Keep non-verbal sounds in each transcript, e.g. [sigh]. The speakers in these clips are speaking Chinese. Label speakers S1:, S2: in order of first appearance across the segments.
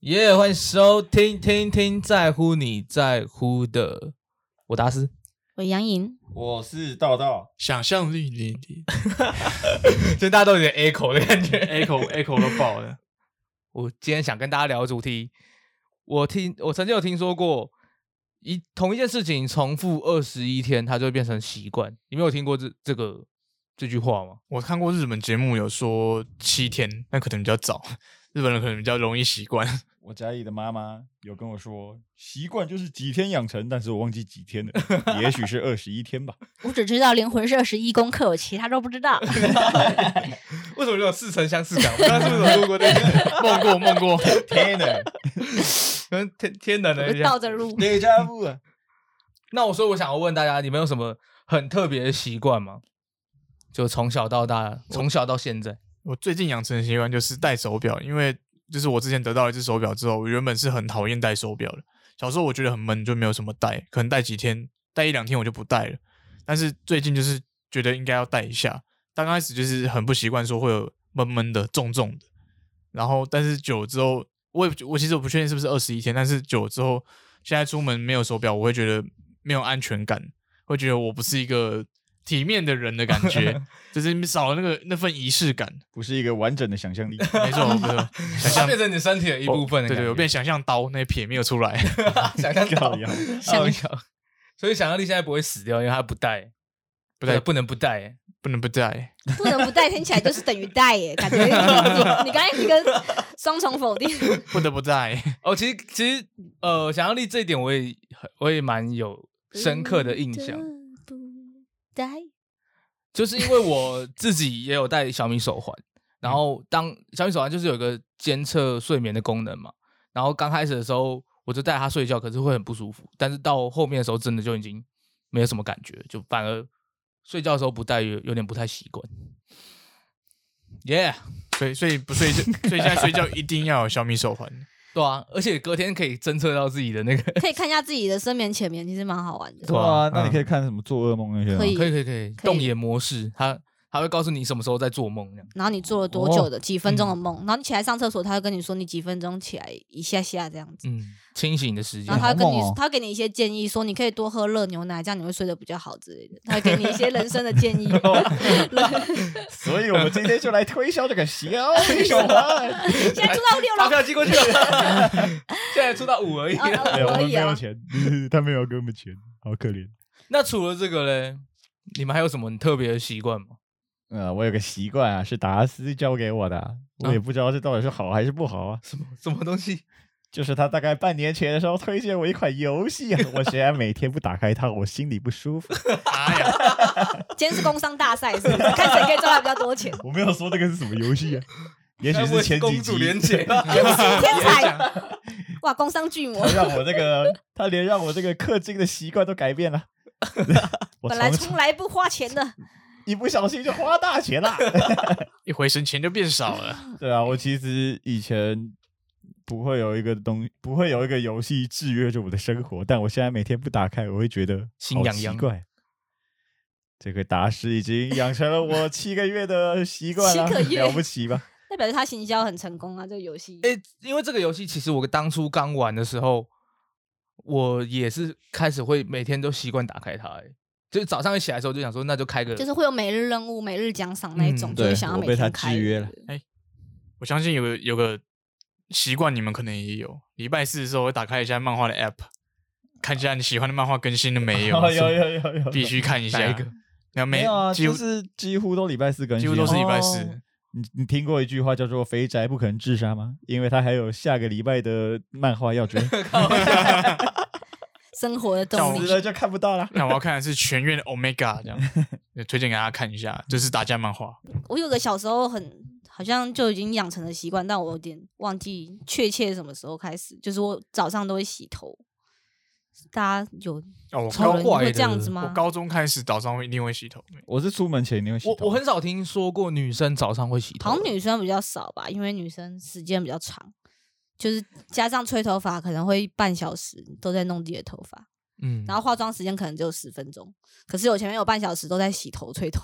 S1: 耶、欢迎收听《听听在乎你在乎的》，我达斯，
S2: 我杨颖，
S3: 我是道道，
S4: 想象力零零
S1: [laughs] 现在大家都有点 echo 的感觉。
S4: ，echo echo 都爆了。
S1: 我今天想跟大家聊的主题，我听我曾经有听说过，一同一件事情重复二十一天，它就会变成习惯。你们有听过这这个这句话吗？
S4: 我看过日本节目有说七天，那可能比较早，日本人可能比较容易习惯。
S3: 我家里的妈妈有跟我说，习惯就是几天养成，但是我忘记几天了，也许是二十一天 [laughs] 吧。
S2: 我只知道灵魂是二十一功课，我其他都不知
S1: [laughs]
S2: 道。
S1: 为什么有似曾相识啊感？我刚刚是不是有录过这个？
S4: 梦过梦过，
S3: 天哪，
S1: 可能天天冷了
S2: 我
S1: 一
S2: 倒
S1: 下。
S2: 着
S1: [laughs]
S2: 录，
S3: 哪家不啊？
S1: 那我说，我想要问大家，你们有什么很特别的习惯吗？就从小到大，从小到现在，
S4: 我最近养成的习惯就是戴手表，因为就是我之前得到一只手表之后，我原本是很讨厌戴手表的。小时候我觉得很闷，就没有什么戴，可能戴几天，戴一两天我就不戴了。但是最近就是觉得应该要戴一下，刚开始就是很不习惯，说会有闷闷的、重重的。然后，但是久了之后，我也不我其实我不确定是不是二十一天，但是久了之后，现在出门没有手表，我会觉得没有安全感，会觉得我不是一个体面的人的感觉，就是少了那个那份仪式感。
S3: 不是一个完整的想 [laughs] 象力。
S4: 没错， [laughs] 没错，想
S1: 它
S4: 象
S1: 变成你身体的一部分的
S4: 对
S1: 感觉。
S4: 对，我变想象刀那撇没有出 [laughs] 来，
S1: 想象到
S3: 靠腰
S1: 想象，所以想象力现在不会死掉，因为它不带，不
S4: 戴
S1: 不能不带。
S4: 不能不戴。
S2: 不能不带，听起来就是等于带耶，感觉你你刚才一
S1: [laughs]
S2: 个双重否定。
S4: 不得不戴。
S1: 哦，其实其实呃，想象力这一点我也很我也蛮有 [laughs] 深刻的印象，
S2: 不带，
S1: 就是因为我自己也有戴小米手环，然后当小米手环就是有一个监测睡眠的功能嘛，然后刚开始的时候我就带它睡觉，可是会很不舒服，但是到后面的时候真的就已经没有什么感觉，就反而睡觉的时候不戴有有点不太习惯。Yeah。
S4: [laughs] 所以所以不睡觉，所以现在睡觉一定要有小米手环。
S1: 对啊，而且隔天可以侦测到自己的那个，
S2: 可以看一下自己的深眠浅眠，其实蛮好玩的。
S3: [laughs] 对啊，
S4: 嗯
S3: 那你可以看什么做噩梦那些啊吗？
S2: 可以
S1: 可以可以可以，
S2: 可以
S1: 动眼模式，它它会告诉你什么时候在做梦这样。
S2: 然后你做了多
S1: 哦
S2: 久的几分
S1: 嗯
S2: 钟的梦，然后你起来上厕所，他会跟你说你几分钟起来一下下这样子。
S1: 嗯，清醒的时间
S2: 然后，他会跟你，
S3: 好猛哦
S2: 他会给你一些建议，说你可以多喝热牛奶，这样你会睡得比较好之类的。他会给你一些人生的建
S1: [laughs]
S2: 议。 [laughs]
S3: 所以我们今天就来推销这
S2: [laughs]
S3: 个小哎米手环。
S2: 现在住到六楼
S1: 发，票寄过去了， [laughs] 现在出到五
S3: [laughs]
S1: 而已。
S2: 啊啊
S3: 哎我
S2: 可
S3: 们
S2: 以
S3: 没
S2: 啊
S3: 有。钱，他没有给我们钱，好可怜。
S1: 那除了这个嘞，你们还有什么很特别的习惯吗？
S3: 呃，我有个习惯啊，是达斯教给我的啊，我也不知道这到底是好还是不好啊。
S1: 什么什么东西？
S3: 就是他大概半年前的时候推荐我一款游戏啊，我虽然每天不打开它，我心里不舒服。 [laughs]
S4: 哎呀，
S2: 今天是工商大赛，是不 [laughs] 是？看谁可以赚到比较多
S3: [laughs]
S2: 钱。
S3: 我没有说这个是什么游戏啊， [laughs] 也许
S1: 该不会
S3: 前几
S1: 公主
S3: 集
S1: 连
S3: [laughs]
S1: 啊结， [laughs]
S2: 哎，我是天才！ [laughs] 哇，工商巨魔
S3: 他，让我这个，他连让我这个氪金的习惯都改
S1: [laughs]
S3: 变了。我
S2: 本来
S3: 从
S2: 从来不花钱的，
S3: 一不小心就花大钱了。
S4: 一回神钱就变少了。
S3: 对啊，我其实以前不会有一个东，不会有一个游戏制约着我的生活，但我现在每天不打开，我会觉得
S1: 心
S3: 好
S1: 痒
S3: 奇
S1: 痒
S3: 怪。这个达师已经养成了我七个月的习惯
S2: 七
S3: 了，
S2: 个月
S3: 了不起吧？
S2: 代表着他行销很成功啊！这个游戏，
S1: 哎，因为这个游戏其实我当初刚玩的时候，我也是开始会每天都习惯打开它，哎，就是早上一起来的时候就想说，那就开个
S2: 就是会有每日任务、每日奖赏那一种，
S4: 嗯
S2: 就会想要每
S3: 我被他
S2: 天开。
S3: 制约了。
S4: 我相信有个有个习惯，你们可能也有。礼拜四的时候，我会打开一下漫画的 app，看一下你喜欢的漫画更新了没哦有？啊
S3: 有 [laughs] 有有有有，
S4: 必须看一下。
S1: 哪一个
S4: 然后
S3: 没
S4: 每
S3: 有啊，
S4: 几
S3: 就
S4: 乎
S3: 是几乎都礼拜四更
S4: 几
S3: 新啊，
S4: 乎都是礼拜
S1: 哦
S4: 四。
S3: 你你听过一句话叫做“肥宅不可能自杀”吗？因为他还有下个礼拜的漫画要
S2: [laughs]
S3: 追，
S2: 生活的动
S3: 死
S2: 力。
S3: 了就看不到了。
S4: 那我要看的是全院的 Omega 这样，就推荐给大家看一下，就是打架漫画。
S2: 我有个小时候很好像就已经养成的习惯，但我有点忘记确切什么时候开始，就是我早上都会洗头。大家有
S4: 哦，我
S1: 超
S4: 高
S2: 有人
S1: 怪
S2: 会
S1: 的
S2: 这样子
S4: 我
S2: 吗？
S4: 高中开始早上会一定会洗头，
S3: 我是出门前你会洗
S1: 我
S3: 头啊
S1: 我很少听说过女生早上会洗头，
S2: 好像女生比较少吧，因为女生时间比较长，就是加上吹头发可能会半小时都在弄自己的头发，
S1: 嗯，
S2: 然后化妆时间可能只有十分钟，可是我前面有半小时都在洗头、吹头。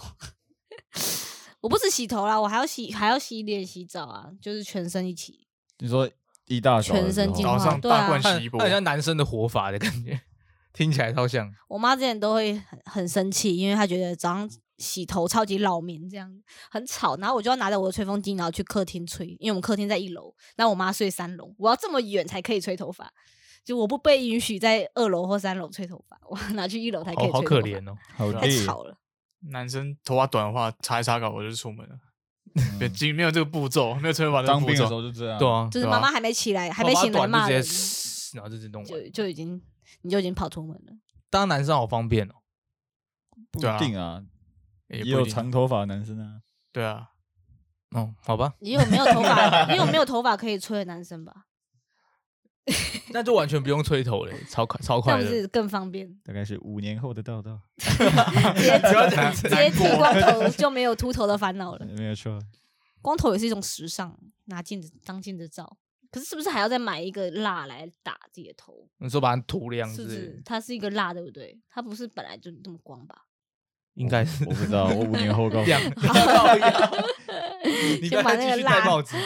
S2: [laughs] 我不止洗头啦，我还要洗，还要洗脸、洗澡啊，就是全身一起。
S3: 你说一大早的
S2: 全身
S3: 时候
S2: 进
S4: 早
S2: 化，
S4: 上
S2: 对
S4: 大
S2: 啊
S4: 灌，
S1: 它
S4: 洗
S1: 很
S4: 一波
S1: 它很像男生的活法的感觉， [laughs] 听起来超像。
S2: 我妈之前都会很很生气，因为她觉得早上洗头超级扰民，这样很吵。然后我就要拿着我的吹风机，然后去客厅吹，因为我们客厅在一楼，然后我妈睡三楼，我要这么远才可以吹头发，就我不被允许在二楼或三楼吹头发，我 [laughs] 拿去一楼才可以
S1: 好
S2: 吹头发。
S1: 好可怜哦，
S3: 好
S2: 太
S3: 累啊
S2: 吵了。
S4: 男生头发短的话，擦一擦搞我就出门了。
S3: 嗯
S4: 对，今没有这个步骤， [laughs] 没有吹头发这个
S3: 当
S4: 步
S3: 兵的时
S4: 骤。
S3: 候就这样，
S1: 对，啊，
S2: 就是
S4: 对
S2: 妈
S4: 啊
S2: 妈还没起来，还没醒来
S1: 头发
S2: 骂
S1: 短就
S2: 人，
S1: 直接嘶，然后就自动完
S2: 就。就已经你就已经跑出门了。
S1: 当男生好方便哦，
S3: 不
S4: 对啊
S3: 一定啊，
S4: 也
S3: 也
S4: 不
S3: 有
S4: 一定
S3: 长头发的男生啊，
S4: 对啊，
S1: 哦，好吧，
S2: 你有没有头发？你有没有头发可以吹的男生
S1: [laughs]
S2: 吧？ [laughs]
S1: 那就完全不用吹头嘞，超快超
S2: 这
S1: 快
S2: 样
S1: 的。
S2: 子更方便，
S3: 大概是五年后的道道，
S2: 直接
S4: 不要讲
S2: 直接剃光头就没有秃头的烦恼了。
S3: 没有错，
S2: 光头也是一种时尚，拿镜子当镜子照。可是是不是还要再买一个蜡来打自己的头？
S1: 你说把它涂亮
S2: 是
S1: 之
S2: 不
S1: 类的
S2: 是？它是一个蜡，对不对？它不是本来就那么光吧？
S1: 应该是
S3: [laughs]
S2: 哦
S1: [laughs]
S3: 我不知道，我五年后告诉
S1: 亮
S3: 你，。
S1: [laughs] 你不
S2: 先
S1: 要
S2: 把那
S1: 再
S2: 个
S1: 继续
S2: 蜡
S1: 戴帽子。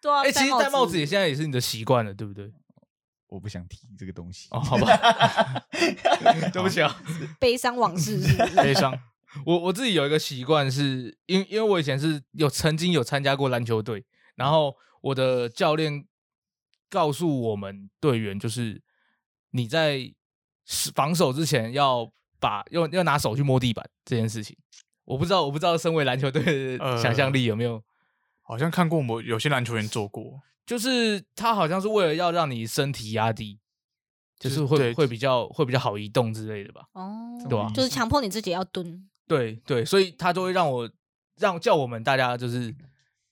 S2: 对啊，
S1: 哎，其实戴帽子也
S2: 也
S1: 现在也是你的习惯了，对不对？
S3: 我不想提这个东西
S1: 哦，，好吧， [laughs] 对不起啊，
S2: 悲伤往事是 [laughs] 不是
S4: 悲伤。
S1: 我我自己有一个习惯是，因因为我以前是有曾经有参加过篮球队，
S4: 嗯
S1: 然后我的教练告诉我们队员，就是你在是防守之前要把要要拿手去摸地板这件事情。我不知道，我不知道，身为篮球队的
S4: 呃
S1: 想象力有没有？
S4: 好像看过某有些篮球员做过，
S1: 就是他好像是为了要让你身体压低，就
S4: 就是
S1: 是会
S4: 对
S1: 会比较会比较好移动之类的吧。
S2: 哦，
S1: 对啊
S2: 就是强迫你自己要
S1: [laughs]
S2: 蹲，
S1: 对对，所以他就会让我让叫我们大家就是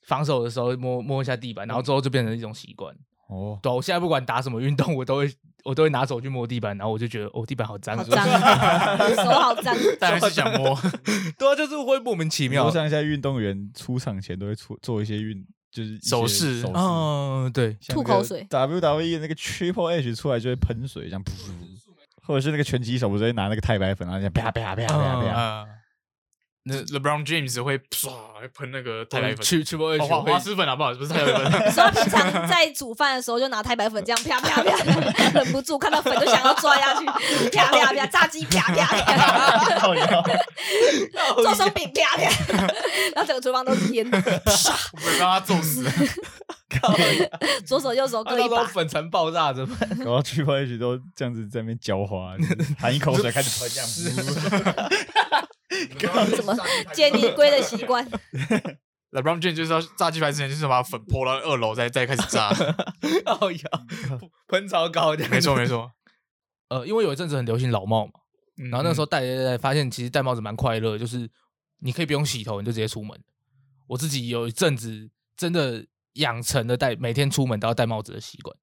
S1: 防守的时候摸摸一下地板，
S2: 嗯
S1: 然后之后就变成一种习惯。
S3: 哦，
S1: 对啊、我现在不管打什么运动，我都会我都会拿手去摸地板，然后我就觉得哦，地板好脏，
S2: 好
S1: 就是 [laughs]
S2: 脏，啊手好脏。
S4: 但还是想摸。
S1: 对啊，就是会莫名其
S3: 你
S1: 妙
S3: 说。像现在运动员出场前都会出做一些运，就是一些
S4: 手势
S3: 手势，
S1: 嗯，对，
S3: 像
S2: 吐
S3: 那个
S2: 口水
S3: WWE 的那个 Triple H 出来就会喷水，这样噗，或者是那个拳击手，我直接拿那个太白粉，然后这样啪啪啪啪
S1: 对
S3: 啪，
S4: 啊，那 LeBron James 会唰会喷那个太白粉，
S1: 去去摸
S4: 哦花花痴粉好不好？不是太白粉，
S2: [laughs] 所以平常在煮饭的时候就拿太白粉这样啪啪啪，忍不住看到粉就想要抓下去，啪啪啪，炸鸡啪啪啪。
S3: 靠腰
S2: [laughs] 做松饼啪啪，然后整个厨房都是烟，唰
S4: 我会把他揍死。
S2: 左手右手各
S1: 啊到
S2: 一
S1: 时候
S2: 把。
S1: 粉尘爆炸怎么办？ [laughs]
S3: 然后 Triple H 都这样子在那边浇花，就是含一口水开始喷，这样
S2: [laughs] 怎么建立龟的习惯？
S4: [laughs] LeBron James 就是要炸鸡排之前，就是把粉泼到二楼，再再开始炸。
S1: 哦呀， [laughs] 喷超高的，
S4: 嗯没错没错，嗯
S1: 呃，因为有一阵子很流行老帽嘛，
S4: 然
S1: 然后那时候戴戴戴，发现其实戴帽子蛮快乐，就是你可以不用洗头，你就直接出门。我自己有一阵子真的养成了戴每天出门都要戴帽子的习惯。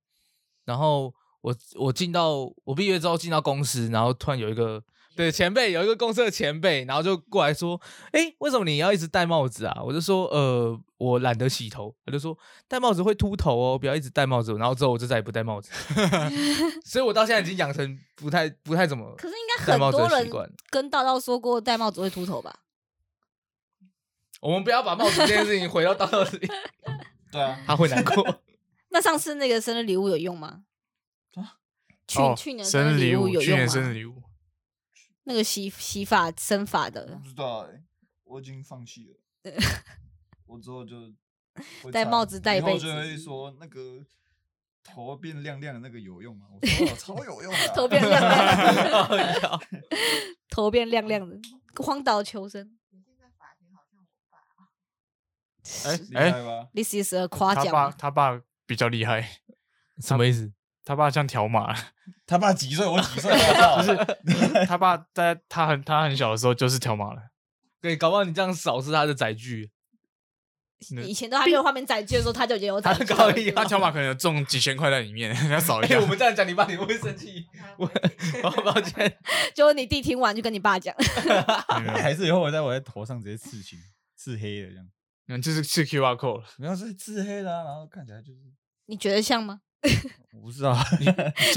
S1: 然后我我进到我毕业之后进到公司，然后突然有一个对前辈有一个公司的前辈，然后就过来说：“哎，为什么你要一直戴帽子啊？”我就说：“呃，我懒得洗头。”他就说：“戴帽子会秃头哦，不要一直戴帽子。”然后之后我就再也不戴帽子， [laughs] 所以我到现在已经养成不太不太怎么。
S2: 可是应该
S1: 戴
S2: 很
S1: 帽子
S2: 多
S1: 的习
S2: 人
S1: 惯，
S2: 跟道道说过戴帽子会秃头吧？
S1: 我们不要把帽子这件事情回到刀头里，
S3: 对啊，
S1: [laughs] 他会难过。
S2: 那上次那个生日礼物有用吗？去
S4: 哦
S2: 去年
S4: 生
S2: 日
S4: 日礼
S2: 物
S4: 物，
S2: 有
S4: 去
S2: 用
S4: 年生日
S2: 吗？
S4: 礼物，
S2: 那个洗洗发生发的，
S3: [laughs] 知道哎，我已经
S2: [laughs]
S3: 放弃了，我之后就
S2: 戴帽子戴一辈子以后就会
S3: 说那个头变亮亮的那个有用吗？我说哦超有用的啊
S2: 头
S3: [laughs]
S2: 变亮亮的，头变亮亮的，荒岛求生。
S4: 哎哎，
S3: 吧？
S2: This is a 夸
S4: 他爸
S2: 奖，啊
S4: 他爸比较厉害，
S1: [laughs] 什么意思？
S4: 他爸像条码，
S3: 他爸几岁？我几 [laughs] 岁？
S4: 不是他爸在他很他很小的时候就是条
S1: [laughs]
S4: 码了。
S1: [laughs] 对，搞不好你这样扫是他的载具，
S2: 以前都还没有画面载具的时候，他就已经有载
S1: 他
S2: 具
S1: 高
S2: 了。
S1: 一
S4: 他条码可能有中几千块在里面，你要扫一
S1: 哎、
S4: 下
S1: 我。们这样讲你爸，你会不会生气？我
S2: [laughs]
S1: 我抱歉，
S2: 就是你弟听完就跟你爸讲，
S4: 没有没有
S3: 还是以后我在我在头上直接刺青，刺黑的这样，
S4: 嗯，就是是 QR code，
S3: 没有是刺黑的啊，然后看起来就是
S2: 你觉得像吗？
S3: 我不知 [laughs] 道，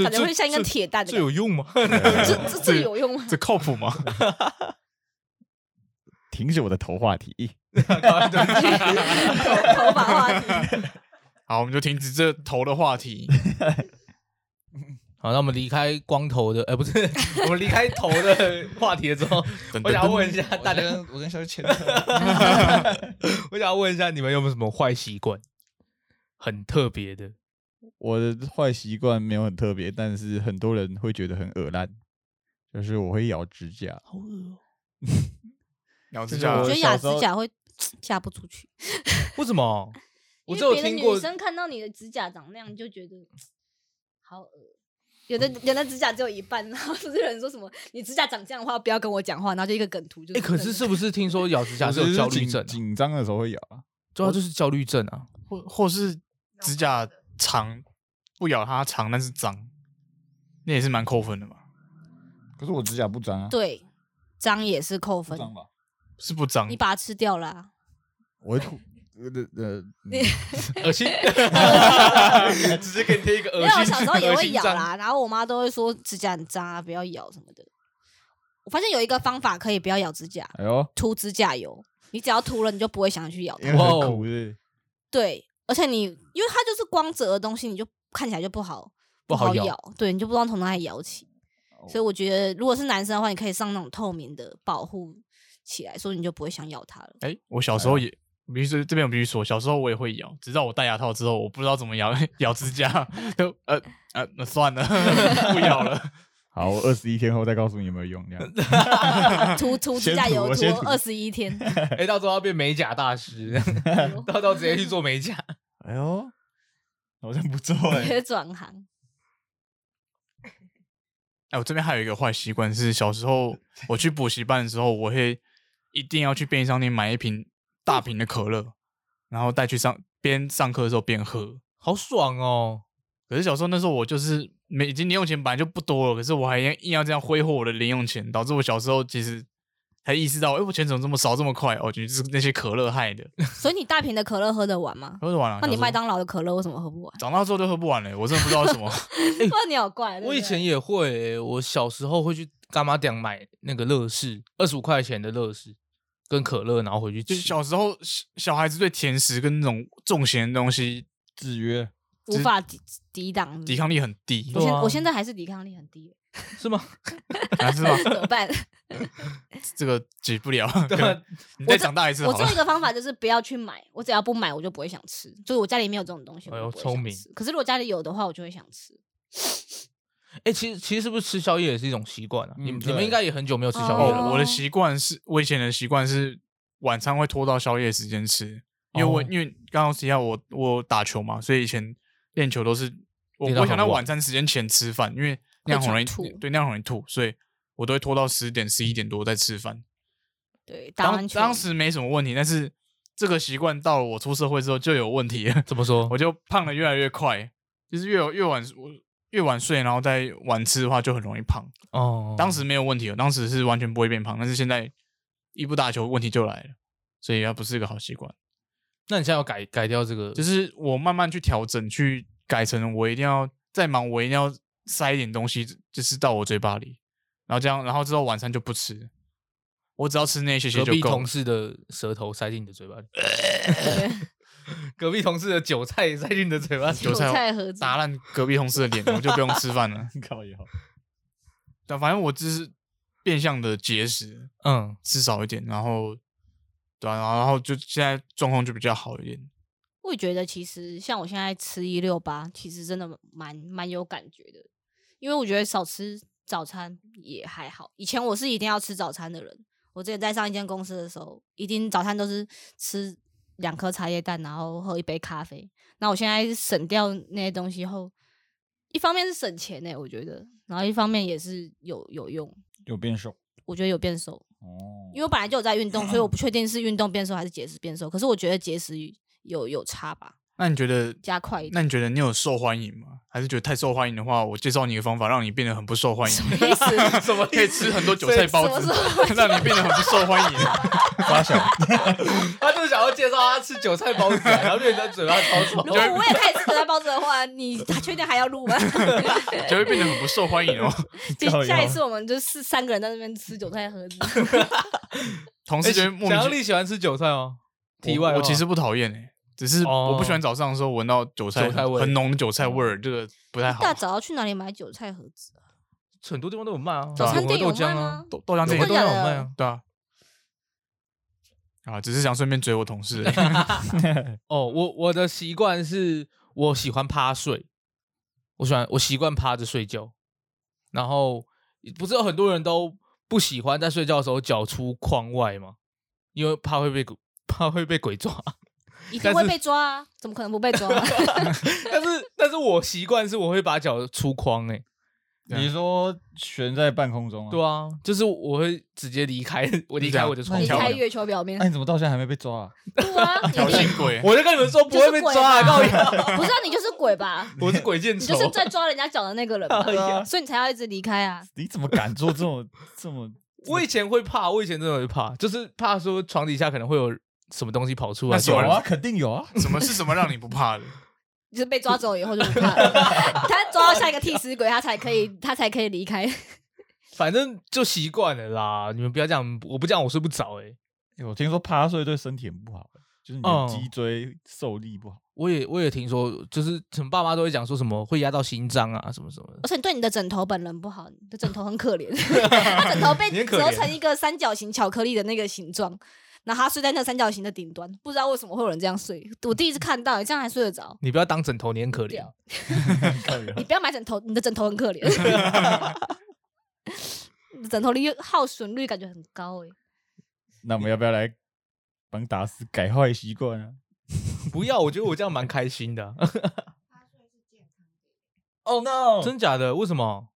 S2: 感觉会像一根铁蛋的
S1: 这有用 [laughs] 吗？
S2: 感觉，这这这有用吗？
S4: 这靠谱吗？ [laughs]
S1: [laughs]
S3: 停止我的头话题。
S2: 头发话题。
S4: 好，我们就停止这头的话题。
S1: 好，那我们离开光头的，呃，不是，我们离开头的话题了之后，我想要问一下大
S5: 我
S1: 家，
S5: 跟我跟小姐签了
S1: 我想要问一下你们有没有什么坏习惯，很特别的？
S3: 我的坏习惯没有很特别，但是很多人会觉得很恶烂，就是我会咬指甲。
S1: 好恶哦、
S4: 咬指
S3: 这
S4: 甲
S3: 个
S2: 我
S3: 我
S2: 觉得
S3: 小
S2: 牙
S3: 时
S2: 指
S3: 候
S2: 甲会嫁不出去，
S1: 为什么？我
S2: 因
S1: 只
S2: 为别
S1: 有
S2: 的
S1: 听
S2: 女
S1: 过，
S2: 生看到你的指甲长那样，就觉得好恶。有的有的指甲只有一半，然后不是有人说什么你指甲长这样的话，不要跟我讲话，然后就一个梗图就。
S1: 哎、可是是不是听说咬指甲
S3: 我
S1: 是
S3: 只
S1: 有
S3: 是
S1: 焦虑
S3: 紧
S1: 症、啊？
S3: 紧张的时候会咬啊。
S1: 对啊，就是焦虑症啊。
S4: 或或是指甲长，不咬它长，但是脏，那也是蛮扣分的嘛。
S3: 可是我指甲不脏啊，
S2: 对脏也是扣
S3: 不
S2: 分，
S3: 脏吧？
S4: 是不脏
S2: 你，把它吃掉啦。
S3: 我会吐。呃呃， [laughs] 嗯
S1: 恶
S2: [laughs]
S1: 心，直接给你贴一个恶
S2: 没
S1: 心。
S2: 有，我小时候也
S1: 恶
S2: 会
S1: 心
S2: 咬
S1: 章。
S2: 啦，然后我妈都会说指甲很脏啊，不要咬什么的。我发现有一个方法可以不要咬指甲，
S3: 哎呦，
S2: 涂指甲油。你只要涂了，你就不会想要去咬
S3: 因
S2: 它。
S3: 为
S1: 哇哦
S3: 很苦是
S2: 对，而且你因为它就是光泽的东西，你就看起来就不好
S1: 不好
S2: 好
S1: 咬哦
S2: 对，你就不知道从哪里咬起。所以我觉得，如果是男生的话，你可以上那种透明的保护起来，所以你就不会想咬
S1: [laughs]
S2: 它了。
S4: 哎、我小时候也，必须说这边我必须说，小时候我也会咬，直到我戴牙套之后，我不知道怎么咬 [laughs] 咬指甲，就呃呃，那算了， [laughs] 不咬了。
S3: 好，我二十一天后再告诉你有没有用，这样
S2: 涂涂指
S3: 先
S2: 甲
S3: 涂
S2: 油
S3: 我
S2: 涂
S3: 先涂
S2: 二十一
S1: [laughs]
S2: 天，
S1: 哎、到时候要变美甲大师， [laughs] 到时候直接去做美甲。
S3: [laughs] 哎呦，好像不错
S2: 直
S3: [laughs]
S4: 欸
S2: 接转行。
S4: 哎、我这边还有一个坏习惯是，小
S3: [laughs]
S4: 时候我去补习班的时候，我会一定要去便利商店买一瓶大瓶的可乐，然后带去上边上课的时候边喝。
S1: 好爽哦！
S4: 可是小时候那时候我就是没已经零用钱本来就不多了，可是我还硬硬要这样挥霍我的零用钱，导致我小时候其实才意识到，哎、我钱怎么这么少这么快？哦，就是那些可乐害的，
S2: 所以你大瓶的可乐喝得完吗？
S4: 喝完了。
S2: 那你
S4: 小时候
S2: 麦当劳的可乐为什么喝
S4: [laughs]
S2: 不完？
S4: 长大之后就喝不完了，我真的不知道为什么。 [laughs]
S2: 哇， [laughs] 你好怪！对不
S1: 我以
S2: 对
S1: 前也会欸、我小时候会去干妈店买那个乐事，二十五块钱的乐事跟可乐，然后回去
S4: 就
S1: 吃。
S4: 小时候小小孩子对甜食跟那种重咸的东西
S3: [laughs] 制约。
S2: 无法抵抵挡。
S4: 抵抗力很低
S2: 我，
S1: 对
S2: 现
S1: 啊
S2: 我现在还是抵抗力很低，
S1: 是吗？
S2: [laughs]
S4: 啊、是吧？
S2: 怎么
S4: [laughs]
S2: 办？
S4: 这个解不了。
S1: 对
S4: 可能你再
S2: 我这
S4: 长大一次
S2: 我
S4: 好
S2: 只有一
S4: 了。
S2: 个方法，就是不要去买。我只要不买，我就不会想吃。就是我家里没有这种东西，我
S1: 哎呦
S2: 就不会想
S1: 聪明
S2: 吃。可是如果家里有的话，我就会想吃。
S1: 哎、其实其实是不是吃宵夜也是一种习惯啊？你
S3: 嗯
S1: 们你
S3: 对
S1: 们应该也很久没有吃宵夜了吧
S4: 哦，我的习惯是，我以前的习惯是晚餐会拖到宵夜时间吃，因为我、
S1: 哦
S4: 因为刚刚提到我我打球嘛，所以以前练球都是我
S1: 练
S4: 不
S1: 到
S4: 会想到
S1: 很晚
S4: 晚餐时间前吃饭，因为那样很容易
S2: 会想吐
S4: 对那样很容易吐，所以我都会拖到十点十一点多再吃饭。
S2: 对，打
S4: 当
S2: 完球，
S4: 当时没什么问题，但是这个习惯到了我出社会之后就有问题了， [laughs]
S1: 怎么说？
S4: 我就胖的越来越快，就是越越晚我越晚睡，然后再晚吃的话就很容易胖。
S1: 哦，
S4: 当时没有问题哦，当时是完全不会变胖，但是现在一不打球问题就来了，所以它不是一个好习惯。
S1: 那你现在要改改掉这个，
S4: 就是是我慢慢去调整，去改成我一定要再忙，我一定要塞一点东西，就是到我嘴巴里，然后这样，然后之后晚餐就不吃，我只要吃那些些
S1: 隔
S4: 就
S1: 壁
S4: 够
S1: 同
S4: 了。
S1: 事的舌头塞进你的嘴巴里， [laughs] 隔壁同事的韭菜塞进你的嘴巴里。
S4: 韭菜
S2: 盒子，
S4: 打烂隔壁同事的脸，我就不用吃
S1: [laughs]
S4: 饭了。
S3: [laughs] 靠腰，
S4: 但反正我只是变相的节食，
S1: 嗯，
S4: 吃少一点，然后对啊，然后然后就现在状况就比较好一点。
S2: 我也觉得其实像我现在吃一六八，其实真的蛮蛮有感觉的，因为我觉得少吃早餐也还好。以前我是一定要吃早餐的人，我之前在上一间公司的时候，一定早餐都是吃两颗茶叶蛋，然后喝一杯咖啡。那我现在省掉那些东西后，一方面是省钱呢、我觉得，然后一方面也是有有用，
S3: 有变瘦
S2: 我觉得有变瘦。
S3: 哦
S2: 因为我本来就有在运动，所以我不确定是运动变瘦还是节食变瘦。可是我觉得节食有有差吧，
S4: 那你觉得？
S2: 加快一点。
S4: 那你觉得你有受欢迎吗？还是觉得太受欢迎的话，我介绍你一个方法，让你变得很不受欢迎。 [laughs]
S2: 意思
S4: 什么可以吃很多韭菜包子
S2: 什么时，
S4: 让你变得很不受欢迎？
S3: 发小，
S1: 他就是想要介绍他吃韭菜包子，然后就你的嘴巴
S2: [laughs]
S1: 超
S2: 如
S1: 爽。
S2: 果我也开始吃韭菜包子的话，你确定还要录吗？
S4: 就会变得很不受欢迎哦。
S2: 就
S3: 靠腰
S2: 下一次我们就是三个人在那边吃韭菜盒子，
S4: 同事觉得
S1: 小
S4: 莫名
S1: 杨
S4: 其
S1: 丽喜欢吃韭菜吗？题外
S4: 我
S1: 话，
S4: 我其实不讨厌诶，欸只是
S1: 哦
S4: 我不喜欢早上的时候闻到韭菜
S1: 韭菜
S4: 很
S1: 味
S4: 很浓的韭菜味儿，这个不太
S2: 一
S4: 好。
S2: 大早要去哪里买韭菜盒子啊？
S1: 很多地方都有卖啊，
S2: 早餐店
S1: 有
S2: 有
S1: 豆浆
S2: 卖
S1: 啊
S2: 吗，
S4: 豆豆浆
S1: 有
S4: 店
S1: 个
S4: 也
S2: 真
S1: 豆
S2: 的
S1: 浆
S2: 假
S1: 有
S2: 的
S1: 卖啊。
S4: 对啊，啊，只是想顺便追我同
S2: [laughs]
S4: 事而已。
S1: 哦，我我的习惯是我喜欢趴睡，我喜欢我习惯趴着睡觉，然后不是有很多人都不喜欢在睡觉的时候脚出框外吗？因为怕会被鬼 [laughs] 怕会被鬼抓， [laughs]
S2: 一定
S1: 但
S2: 会
S1: 是
S2: 被抓啊！怎么可能不被抓？
S1: 但是但是我习惯是我会把脚出框哎、
S4: 对啊
S3: 你说悬在半空中啊？
S1: 对啊，就是我会直接离开，我离
S4: 是这
S1: 开
S4: 样
S1: 我的
S3: 那
S1: 床
S3: 你
S2: 离
S1: 上
S2: 开
S3: 跳
S2: 月球表面
S3: 哎那、，你怎么到现在还没被抓啊？
S2: 对啊，你
S4: 挑衅鬼，
S1: 我就跟你们说不
S2: 就是
S1: 会被
S2: 鬼
S1: 抓啊，
S2: 吧
S1: 告诉
S2: 不是啊，你就是鬼
S1: [laughs]
S2: 吧？
S1: 你，我是鬼见
S2: 你
S1: 愁
S2: 就，是在抓人家脚的那个人吧
S1: 哎呀，
S2: 所以你才要一直离开啊！
S3: [laughs] 你怎么敢做这种这 [laughs] 么？
S1: 我以前会怕，我以前真的会怕，就是怕说床底下可能会有什么东西跑出来
S4: 那。有
S3: 有
S4: 啊
S3: 啊，肯定有啊。
S4: 什么是什么让你不怕的？
S2: 就是被抓走以后就不怕了，他抓到下一个替死鬼，他才可以，他才可以离开。
S1: 反正就习惯了啦。你们不要这样，我不这样我睡不着哎、
S3: 欸我听说趴睡对身体很不好，欸就是你
S1: 哦
S3: 的脊椎受力不好。
S1: 我也我也听说，就是什么爸妈都会讲说什么会压到心脏啊，什么什么的。
S2: 而且对你的枕头本人不好，你的枕头很可怜， [laughs] 他枕头被
S1: 你很可
S2: 折
S1: 怜
S2: 成一个三角形巧克力的那个形状，然后他睡在那三角形的顶端，不知道为什么会有人这样睡。我第一次看到，这样还睡得着？
S1: 你不要当枕头，你很可怜
S2: 屌。你不要买枕头，你的枕头很可怜。 [laughs] 你的枕头率耗损率感觉很高欸诶、
S3: 那我们要不要来帮达斯改坏习惯啊？
S1: 不要，我觉得我这样蛮开心 [laughs] 的啊、
S3: Oh no！
S1: 真假的？为什么？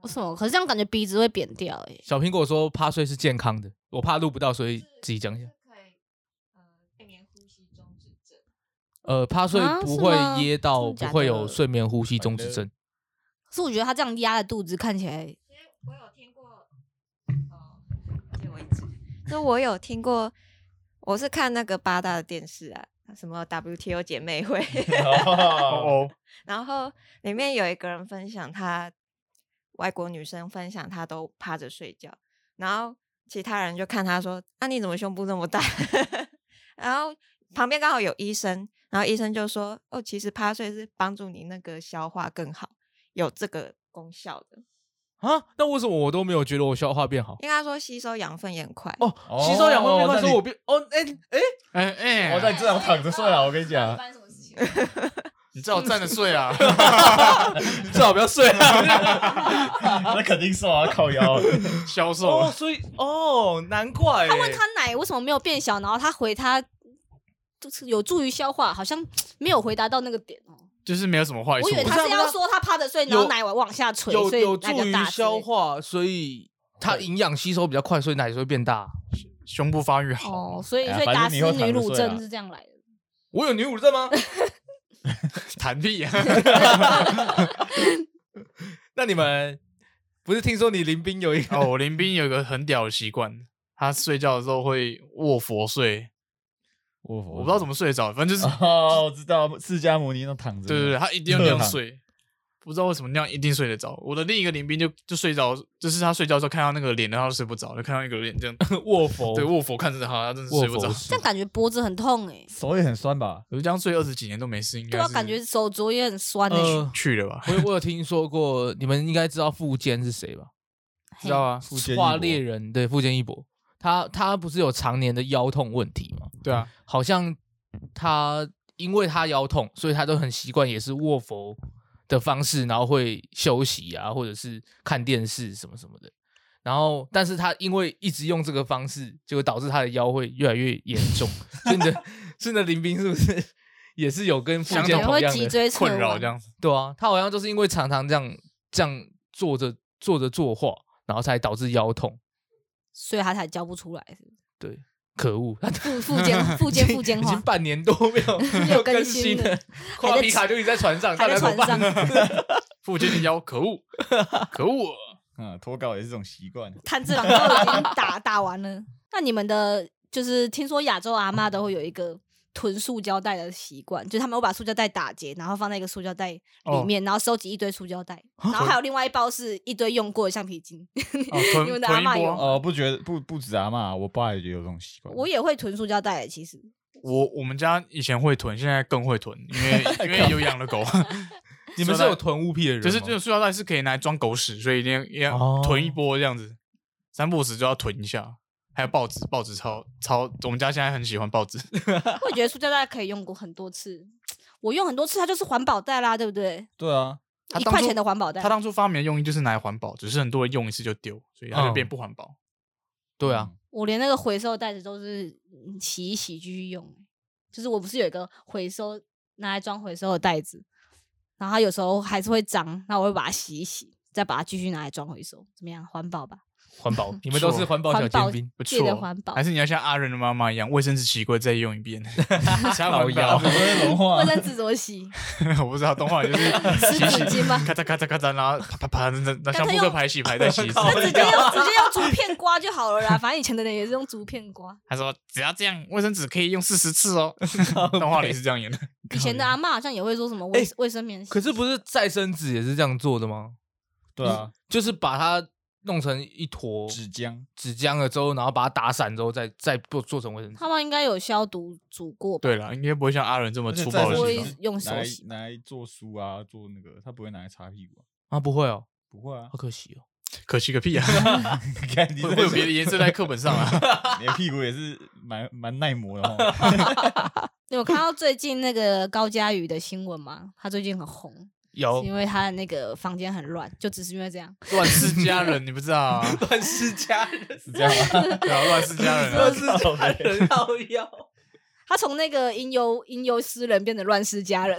S2: 为什么？可是这样感觉鼻子会扁掉欸诶、
S1: 小苹果说趴睡是健康的，我怕录不到，所以自己讲一下。呃，趴睡
S2: 啊
S1: 不
S2: 是
S1: 会
S2: 吗
S1: 噎
S2: 真
S1: 到，
S2: 的
S1: 不
S2: 假
S1: 会有
S2: 的
S1: 睡眠呼吸中止症。
S2: 可是我觉得他这样压着肚子看起来，
S5: 我有听过，哦，借我一支。就我有听过，我是看那个八大的电视啊，什么 WTO 姐妹会，
S4: 哦，
S5: 然后里面有一个人分享她外国女生分享她都趴着睡觉，然后其他人就看她说：“啊，你怎么胸部那么大？” [laughs] 然后旁边刚好有医生，然后医生就说：“哦，其实趴睡是帮助你那个消化更好，有这个功效的，
S1: 啊，那为什么我都没有觉得我消化变好？
S5: 因为他说吸收养分也很快。”
S1: 哦，吸收氧化变快，
S3: 哦那
S1: 说
S3: 你
S1: 我变哦，哎哎， [laughs]
S4: 哎哎，
S3: 我在这样躺着睡啊！我跟你
S2: [laughs]
S3: 讲，
S2: 生什么事情？啊
S4: 你最好站着睡
S1: [laughs]
S4: 啊！
S1: 最好不要睡啊！
S3: 那肯定瘦啊，靠腰。
S4: 销
S1: [laughs] [laughs]
S4: 售
S1: 哦，
S4: 啊
S1: 所以哦，难怪欸。
S2: 他问他奶为什么没有变小，然后他回他就是有助于消化，好像没有回答到那个点哦。
S4: 就是没有什么坏处。
S2: 我以为
S1: 不
S2: 他
S1: 是
S2: 是
S1: 啊不是
S2: 要
S1: 啊
S2: 说他趴着睡，然
S1: 有
S2: 后奶往往下垂，
S1: 有
S2: 所以
S1: 有助
S2: 奶比较
S1: 于
S2: 大之类的
S1: 消。化，所以它营养吸收比较快，所以奶就会变大。啊
S4: 胸部发育好，
S2: [laughs] 哦，所以
S3: 哎呀
S2: 所以
S3: 反正
S2: 达斯
S3: 你以后
S2: 女乳
S1: 啊
S3: 躺着睡啦
S2: 症是这样来的。
S1: 我有女乳症
S2: [laughs]
S1: 吗？
S4: [laughs] 弹屁啊！
S1: 那你们不是听说你林斌有一个
S4: 哦，我林斌有个很屌的习惯，他睡觉的时候会卧佛睡，
S3: 我
S1: 哦
S4: 我不知道怎么睡着，反正
S1: 啊
S4: 就是
S3: 哦，我知道释迦牟尼那种躺着，
S4: 对对对，，他一定要
S1: [laughs]
S4: 那样睡，不知道为什么那样一定睡得着。我的另一个林斌就就睡着，就是他睡觉的时候看到那个脸，然后他就睡不着，就看到一个
S1: [laughs]
S4: 脸这样，
S1: 卧佛
S4: 对卧佛看着他，他真的
S1: 卧
S4: 睡不
S1: 佛
S4: 着。
S1: 式
S2: 这样感觉脖子很痛哎，
S3: 手也很酸吧？
S4: [laughs] 我就这样睡二十几年都没事，应该
S2: 对啊，
S4: 是
S2: 感觉手肘也很酸哎。
S1: 呃，
S4: 去了吧？
S1: 我有我有听说过，你们应该知道富坚是谁吧？
S2: 嘿
S1: 知道啊
S3: 富坚，义
S1: 画
S3: 博
S1: 猎人对富坚义博，他他不是有常年的腰痛问题吗？
S4: 对啊，
S1: 好像他因为他腰痛，所以他都很习惯也是卧佛的方式，然后会休息啊，或者是看电视什么什么的。然后，但是他因为一直用这个方式，就导致他的腰会越来越严重。所以你的，所以你的林斌是不是也是有跟附
S4: 相
S1: 件
S4: 同
S2: 可能
S1: 同
S2: 会
S1: 样
S2: 脊
S1: 的？
S2: 椎侧
S4: 困扰
S2: 弯
S4: 这。样子。
S1: 对啊，他好像就是因为常常这样这样坐着坐着作画，然后才导致腰痛。
S2: 所以他才教不出来，
S1: 对，可恶，他
S2: 腹腹
S1: [laughs]
S2: 肩腹肩腹肩
S1: 已经
S2: 化，
S1: 半年多没
S2: [laughs]
S1: 有没
S2: 没有
S1: 有更
S2: 更
S1: 新
S2: 新
S1: 了
S2: 了，
S1: 夸皮卡就一直在船上，大
S2: 还
S1: 家
S2: 在
S1: 怎么
S2: 船
S1: 办？
S2: [laughs] 上
S4: 附近的腰，
S2: [laughs]
S4: 可恶，可恶！
S3: 嗯，脱稿也是这种习惯。
S2: 炭治郎都已经打打完了。 [laughs] 那你们的就是听说亚洲阿嬷都会有一个囤塑胶袋的习惯，就是他们会把塑胶袋打结，然后放在一个塑胶袋里面，然后收集一堆塑胶 [laughs] 袋，然后还有另外一包是一堆用过的橡皮 [laughs] 筋。
S4: 哦
S2: 你
S4: 囤
S2: 们的阿
S4: 囤一
S2: 嬷有
S4: 波，
S3: 哦，不觉得不不止阿妈，我爸也有这种习惯。
S2: 我也会囤塑胶袋，其实
S4: 我我们家以前会囤，现在更会囤，
S1: [laughs]
S4: 因为因为有养了
S2: [laughs]
S4: 狗，
S1: 你们是有囤物癖的人吗，
S4: 就是这个塑料袋是可以拿来装狗屎，所以一定要一定
S1: 哦
S4: 要囤一波这样子，三不五时就要囤一下。还有报纸，报纸超超，我们家现在很喜欢报纸。
S2: 我觉得塑胶袋可以用过很多次，我用很多次，它就是环保袋啦，对不对？
S3: 对啊，
S4: 他
S2: 一
S4: 当
S2: 块
S4: 初
S2: 钱的环保袋
S4: 他，当初发明的用意就是拿来环保，只是很多人用一次就丢，所以它就
S1: 嗯
S4: 变不环保。
S1: 对啊，
S3: 嗯
S2: 我连那个回收袋子都是嗯洗一洗继续用，欸就是我不是有一个回收拿来装回收的袋子，然后它有时候还是会脏，那我会把它洗一洗，再把它继续拿来装回收，怎么样？环保吧，
S1: 环 [laughs] 保，你们都是环保小
S2: 环保
S1: 尖 [laughs] 兵，
S4: 不
S2: 界的
S4: 错哦
S2: 环，保
S4: 还。是你要像阿仁的妈妈一样，卫生纸洗过再用一遍， [laughs] 才
S1: 老
S4: 环
S1: 妖 [laughs]
S4: 保。
S3: 不会融化
S2: 卫生纸怎么洗？
S4: 我不知道动画
S2: [laughs]
S4: 就是
S2: 湿
S4: 洗洗
S2: 纸巾吗
S4: 咔嚓咔嚓咔嚓，然后啪啪啪，那那
S2: 干脆
S4: 像扑克
S2: 用
S4: 牌洗牌再洗一次。
S2: [laughs] 那直接用直接用竹片刮就好了啦，反正以前的人也是用竹片刮。
S4: 他说只要这样，卫生纸可以用四十次哦。动画里是这样演的，
S2: 以前的阿嬷好像也会说什么卫卫生棉洗，
S1: 可是不是再生纸也是这样做的吗？
S3: 对啊，
S1: 就是把它弄成一坨
S3: 纸浆
S1: 纸浆了之后，然后把它打散之后再，再做做成卫生纸。
S2: 他们应该有消毒煮过吧？
S4: 对了，应该不会像阿仁这么
S3: 而且
S4: 粗
S3: 再
S4: 暴
S2: 生
S4: 的
S2: 不
S3: 生
S2: 会
S4: 举
S3: 纸
S4: 动。
S2: 用手
S3: 拿来
S2: 洗
S3: 拿来做书啊，做那个，他不会拿来擦屁股啊，
S1: 啊，不会哦，
S3: 不会啊
S1: 好，可惜哦。
S4: 可惜个屁啊！
S3: 看 [laughs] 你
S4: 会
S3: 这
S4: 会有别的颜色在课本上啊？
S3: 你的屁股也是蛮蛮耐磨的哦。 [laughs]
S2: 你有看到最近那个高佳宇的新闻吗？他最近很红，
S1: 有 [laughs]
S2: 是因为他的那个房间很乱，就只是因为这样。
S4: 乱世佳人，你不知道啊？
S1: 乱世佳人，
S3: 是这样吗？
S4: 对啊，乱世佳人
S1: 乱
S4: 啊，
S1: 世佳人要要。
S2: 他从那个吟游吟游诗人变成乱世佳人，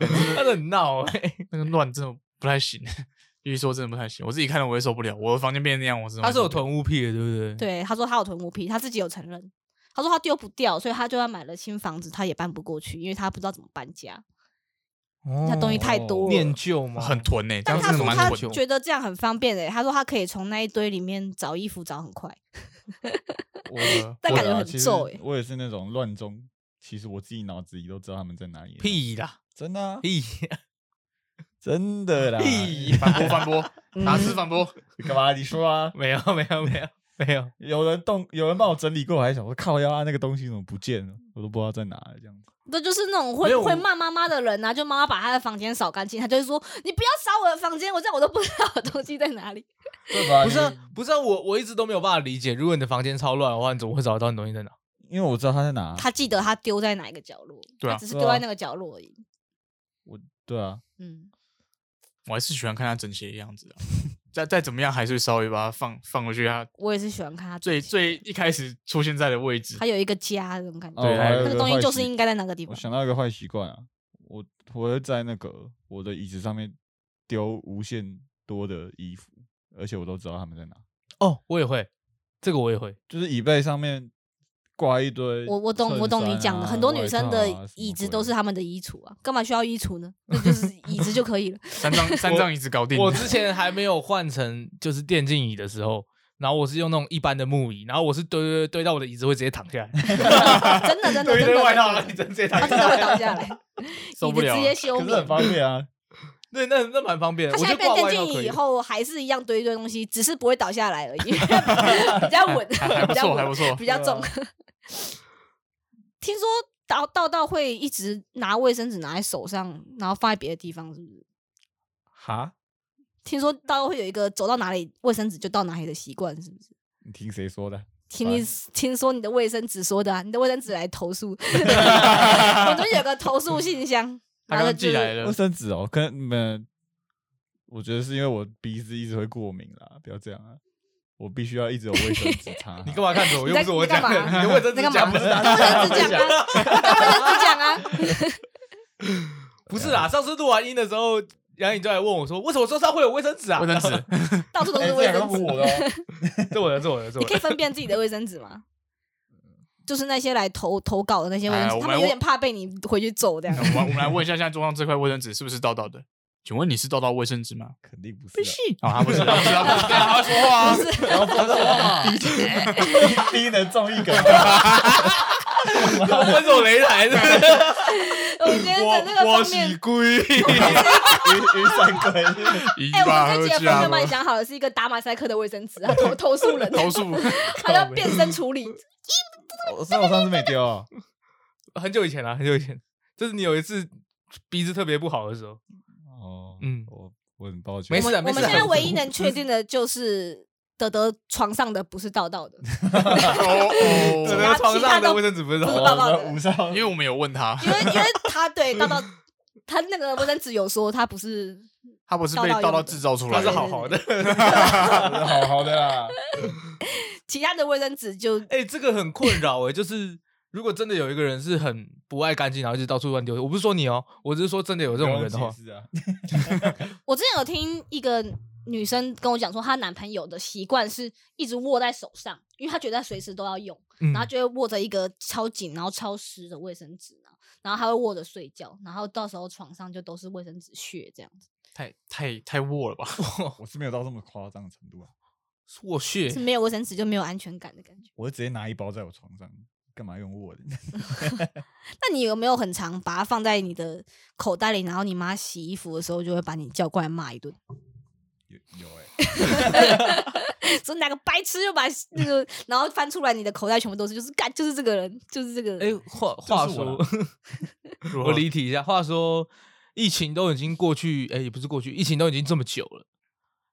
S1: [laughs] 他很闹哎、 [laughs]
S4: 那个乱真的不太行。 [laughs] 必须说真的不太行，我自己看了我也受不了。我的房间变成那样，我真的
S1: 他是有
S4: 会受不了
S1: 囤物癖的，对不对？，
S2: 对他说他有囤物癖，他自己有承认。他说他丢不掉，所以他就要买了新房子，他也搬不过去，因为他不知道怎么搬家，
S1: 哦
S2: 他东西太多了。
S1: 念旧吗？
S4: 很囤呢、欸，这
S2: 但
S4: 样
S2: 他
S4: 真的
S2: 说
S4: 蛮
S2: 他
S4: 囤的。
S2: 觉得这样很方便诶、欸他说他可以从那一堆里面找衣服找很快，
S4: 我的
S2: [laughs] 但
S3: 对
S2: 感觉
S3: 啊
S2: 很
S3: 其实
S2: 皱诶、欸
S3: 我也是那种乱中，其实我自己脑子里都知道他们在哪里。，
S1: 屁啦
S3: 真的啊，
S1: 屁，
S3: 真的啦。
S1: 屁
S4: 反驳反驳，
S2: 嗯
S4: 打字反驳，
S3: 干嘛？你说啊？
S1: 没有没有没有没有，
S3: 有人动，有人帮我整理过，我还想说靠腰啊，那个东西怎么不见了？我都不知道在哪了，这样子。
S2: 这就是那种
S1: 没
S2: 会
S1: 有
S2: 会
S1: 我
S2: 骂妈妈的人啊，就妈妈把她的房间扫干净，她就会说：“你不要扫我的房间，我这样我都不知道我东西在哪里。
S3: 对吧
S1: 不是、啊、不是、啊、我我一直都没有办法理解，如果你的房间超乱的话，你怎么会找得到你东西在哪？
S3: 因为我知道他在哪”。啊
S2: 她记得她丢在哪一个角落，
S4: 啊对啊
S2: 她只是丢在那个角落而已。
S3: 对啊，
S2: 嗯，
S4: 我还是喜欢看他整齐的样子啊。 [laughs] 再再怎么样，还是会稍微把它放放回去他
S2: 我也是喜欢看她
S4: 最
S2: 自己
S4: 最一开始出现在的位置
S2: 她。有一个家那种感觉，
S3: 哦
S4: 对
S3: 我还有
S2: 那
S3: 一
S2: 个
S3: 个
S2: 东西
S3: 坏
S2: 就是
S3: 习
S2: 应该在那个地
S3: 我
S2: 方。
S3: 想到一个坏习惯啊，我我会在那个我的椅子上面丢无限多的衣服，而且我都知道他们在哪，
S1: 哦，我也会，这个我也会。
S3: 就是椅背上面挂一堆衬衫啊、
S2: 我我懂我懂你讲的，很多女生的
S3: 外套啊什么
S2: 椅子
S3: 鬼
S2: 都是她们的衣橱啊，干嘛需要衣橱呢？那
S3: [laughs]
S2: 就是椅子就可以了。
S4: 三张三张椅子搞定。
S1: 我之前还没有换成就是电竞椅的时候，然后我是用那种一般的木椅，然后我是堆堆堆堆到我的椅子会直接躺下来， [laughs]
S2: 真的真的真的，
S3: 啊
S1: 你直接躺
S2: 她
S1: 下
S2: 真的会倒下来，
S4: 受
S2: 椅
S4: 不
S2: 子
S4: 了啊
S2: 直接
S4: 了
S2: 休
S3: 可是
S2: 眠
S3: 很。方便
S4: [laughs]
S3: 啊。
S1: 对，那那蛮方便的。
S2: 他
S1: 我
S2: 现
S1: 觉
S2: 在
S1: 得
S2: 变
S1: 挂
S2: 电
S1: 外套可
S2: 竞椅以后，还是一样堆一堆东西，只是不会倒下来而已，比较稳，
S4: 还
S2: 比
S4: 不
S2: 较
S4: 错，还
S2: 稳
S4: 不，错
S2: 比。较重。听说道道道会一直拿卫生纸拿在手上，然后放在别的地方，是不是？
S3: 哈，
S2: 听说道道会有一个走到哪里卫生纸就到哪里的习惯，是不是？
S3: 你听谁说的？
S2: 听你
S3: 烦
S2: 听说你的卫生纸说的、啊，你的卫生纸来投诉，我这边有个投诉信箱，
S4: 他
S2: 然
S4: 刚
S2: 后
S4: 刚
S2: 就
S4: 寄来
S2: 是
S4: 了
S3: 卫，生纸哦，跟你们，我觉得是因为我鼻子一直会过敏啦，不要这样啊，我必须要一直有卫生纸
S2: [laughs]
S3: 擦它。
S1: 你干嘛看着我？又不是我
S2: 你在
S1: 讲
S2: 你干嘛 [laughs]
S1: 的， [laughs] 你的卫生
S2: 你
S1: 纸
S2: 干嘛？你
S1: 讲不是
S2: 的
S1: 拿出来
S2: 卫生纸讲啊，你的卫生纸讲啊。
S1: 不是啦，上次录完音的时候，杨颖就来问我说，为什么桌上会有卫生纸啊？
S4: 卫
S1: [laughs]
S4: 生纸，
S2: 到处都
S3: 哎
S2: 是
S3: 这
S2: 卫
S3: 两
S2: 生
S3: 个都不
S2: 纸
S3: 是。我的
S2: [laughs]
S3: 哦。
S1: 这我的，这我的，这
S2: 你
S1: 我
S2: 可以
S1: 的。
S2: 分辨自己的卫生纸吗？就是那些来投投稿的那些卫
S4: 哎
S2: 生
S4: 我
S2: 纸，
S4: 们
S2: 他们有点怕被你回去揍
S4: [laughs]
S2: 这样
S4: 那。我们我们来问一下，现在桌上这块卫生纸是不是道道的？请问你是道道卫生纸吗？
S3: 肯定不是
S1: [laughs]
S3: 啊，
S4: 啊，他不是，他不是，他不是，他要说话啊，
S3: 然后他 [laughs] 说
S2: [laughs]
S3: 低能中一个，
S1: [laughs] 分手擂台是不是？
S5: 我们今天在这个
S4: 我
S5: 方
S4: 喜
S5: 面，
S4: 龟，
S3: 雨雨伞鬼，
S4: 一
S2: 哎、
S4: 把
S2: 我
S4: 喝
S2: 们这集的
S4: 家
S2: 方向帮你想好了，是一个打马赛克的卫生纸，他
S4: [laughs]
S2: 投投诉人，
S4: 投诉，
S2: [laughs] 他要变身处理。
S3: 我那我上次没丢啊，
S1: 很久以前了、啊很久以前，就是你有一次鼻子特别不好的时候，
S3: 哦，
S1: 嗯
S3: 我我很抱歉，
S1: 没事的，
S2: 我
S1: 没
S2: 们
S1: 事的。
S2: 现
S4: 啊
S2: 在
S4: [laughs]
S2: 唯一能确定的就是德德床上的不是道道的，
S4: 哦
S1: 整
S4: 哦，
S1: 个床上的
S2: 都
S1: 卫生纸不是
S2: 不
S1: 好
S2: 是
S1: 吗
S2: 抱抱
S3: 我
S2: 的
S3: 无伤，
S4: 因为我们有问他，
S2: 因为因为他对道 [laughs] 道，他那个卫生纸有说他不是
S4: 他不是被道道制造出来
S1: 它
S4: 的，
S1: 是好好的。 [laughs]
S3: 好好的 [laughs] 啦，
S2: 其他的卫生纸就
S1: 哎、这个很困扰哎、就是如果真的有一个人是很不爱干净，然后就到处乱丢，我不是说你哦，我只是说真的有这种人的话，
S3: 是啊，
S2: 我之前有听一个女生跟我讲说，她男朋友的习惯是一直握在手上，因为她觉得她随时都要用，
S1: 嗯
S2: 然后就会握着一个超紧然后超湿的卫生纸然后然后她会握着睡觉，然后到时候床上就都是卫生纸屑这样子，
S4: 太太太握了吧？
S3: [laughs] 我是没有到这么夸张的程度啊，
S1: 我血
S2: 是没有卫生纸就没有安全感的感觉。
S3: 我是直接拿一包在我床上，干嘛用握的？
S2: 那你有没有很常把它放在你的口袋里，然后你妈洗衣服的时候就会把你叫过来骂一顿，
S3: [laughs]
S2: [laughs]
S3: 有有哎，
S2: 说哪个白痴又把那个，然后翻出来你的口袋全部都是，就是干就是这个人，就是这个人。
S1: [laughs] 哎、话话
S3: 就是
S1: 说
S3: 我，
S4: 如何
S1: 我离题一下，话说疫情都已经过去，哎、也不是过去，疫情都已经这么久了，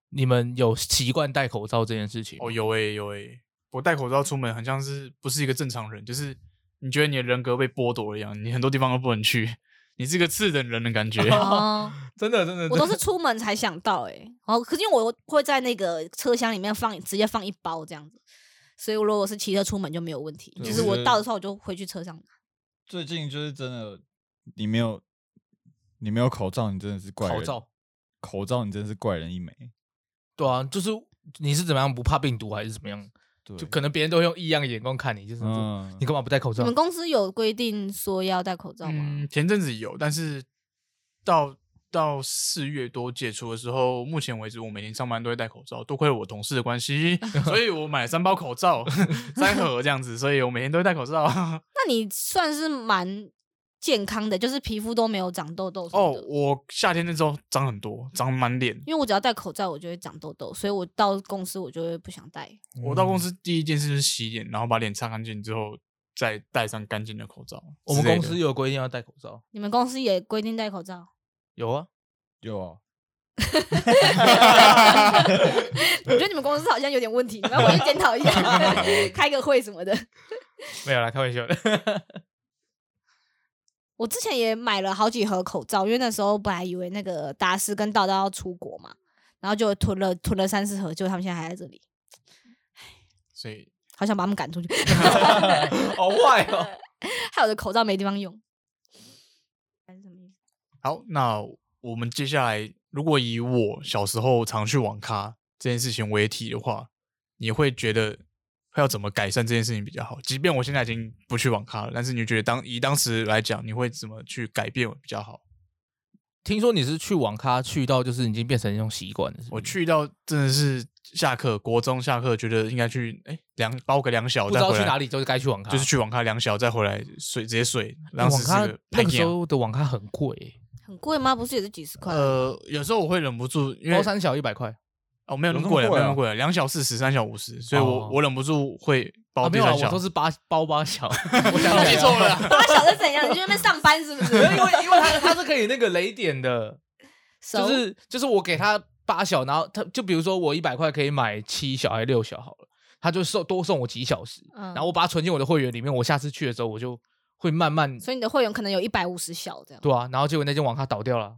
S1: 你们有习惯戴口罩这件事情吗？
S4: 哦，有诶、有诶、我戴口罩出门，很像是不是一个正常人，就是你觉得你的人格被剥夺了一样，你很多地方都不能去，你是个次等人的感 [laughs] 觉。
S2: 哦，
S1: 真的真的，
S2: 我都
S1: 真
S2: 是
S1: 的
S2: 出门才想到哎、欸，哦，可是因为我会在那个车厢里面放直接放一包这样子，所以我如果是骑车出门就没有问题，
S3: 对
S2: 就是
S3: 我
S2: 我
S3: 觉
S2: 到
S3: 得
S2: 的时候我就回去车上拿。
S3: [laughs] 最近就是真的，你没有你没有口罩，你真的是怪人，
S1: 口罩，
S3: 口罩你真的是怪人一枚，
S1: 对啊，就是你是怎么样不怕病毒还是怎么样？
S3: 对，
S1: 就可能别人都会用异样的眼光看你，就是、说
S3: 嗯
S1: 你，干嘛不戴口
S2: 你
S1: 罩
S2: 们？公司有规定说要戴口罩吗？
S4: 嗯，前阵子有，但是到到四月多解除的时候，目前为止我每天上班都会戴口罩，多亏了我同事的
S1: [laughs]
S4: 关系，所以我买了三包口罩，三盒这样子，所以我每天都会戴口罩。
S2: 那你算是蛮健康的，就是皮肤都没有长痘痘什
S4: 哦
S2: 么的。，
S4: 我夏天那时候长很多，长满脸。
S2: 因为我只要戴口罩，我就会长痘痘，所以我到公司我就会不想戴。
S4: 我到公司第一件事就是洗脸，然后把脸擦干净之后，再戴上干净的口罩。
S1: 我们
S4: 之类
S1: 公
S4: 的
S1: 司有规定要戴口罩，
S2: 你们公司也规定戴口罩？ [laughs]
S1: 有啊，
S3: 有啊，
S2: 我觉得你们公司好像有点问题，你们要回去检讨一
S3: [laughs]
S2: 下，开个会什么的。
S1: 没有啦，开玩
S4: [laughs]
S1: 笑的。
S2: 我之前也买了好几盒口罩，因为那时候本来以为那个达斯跟道道要出国嘛，然后就囤了囤了三四盒，结果他们现在还在这里，
S4: 所以
S2: 好想把他们赶出去，
S1: [laughs]
S2: [laughs]
S1: 好坏哦，
S2: 害我的口罩没地方用。还是什么意思？
S4: 好，那我们接下来如果以我小时候常去网咖这件事情为题的话，你会觉得要怎么改善这件事情比较好？即便我现在已经不去网咖了，但是你觉得当以当时来讲，你会怎么去改变比较好？
S1: 听说你是去网咖去到就是已经变成一种习惯了，是不
S4: 我
S1: 是
S4: 去到真的是下课，国中下课觉得应该去，哎、两包个两小
S1: 不知
S4: 再
S1: 道
S4: 回
S1: 去
S4: 来
S1: 哪里就该去网咖，
S4: 就是去网咖两小再回来睡，直接睡。
S1: 那
S4: 当时
S1: 网
S4: 是
S1: 咖
S4: 个
S1: 那个
S4: 叛逆
S1: 时
S4: 啊
S1: 候的网咖很贵欸，
S2: 很贵吗？不是也是几十块？
S4: 呃，有时候我会忍不住，因为
S1: 包三小一百块
S4: 哦，没有
S3: 有
S4: 那么
S3: 这么
S4: 贵了，没
S3: 贵
S4: 有那
S3: 啊
S4: 么贵了，两小四十，三小五十，所以我、
S1: 哦
S4: 我忍不住会包
S1: 啊，没
S4: 第
S1: 有啊，
S4: 三
S1: 我
S4: 小。
S1: 都是八包八小， [laughs] 我想
S4: [laughs] 记
S1: 起来
S4: 错了，
S2: 八小是怎样？你去那边上班是不是？
S1: 没有因为因为
S2: [laughs]
S1: 它它是可以那个雷点 [laughs] 的，
S2: 熟
S1: 就是就是我给他八小，然后他就比如说我一百块可以买七小还六小好了，他就送多送我几小时，
S2: 嗯
S1: 然后我把它存进我的会员里面，我下次去的时候我就会慢慢
S2: 所以你的会员可能有一百五十小这样。
S1: 对啊，然后结果那间网咖倒掉了，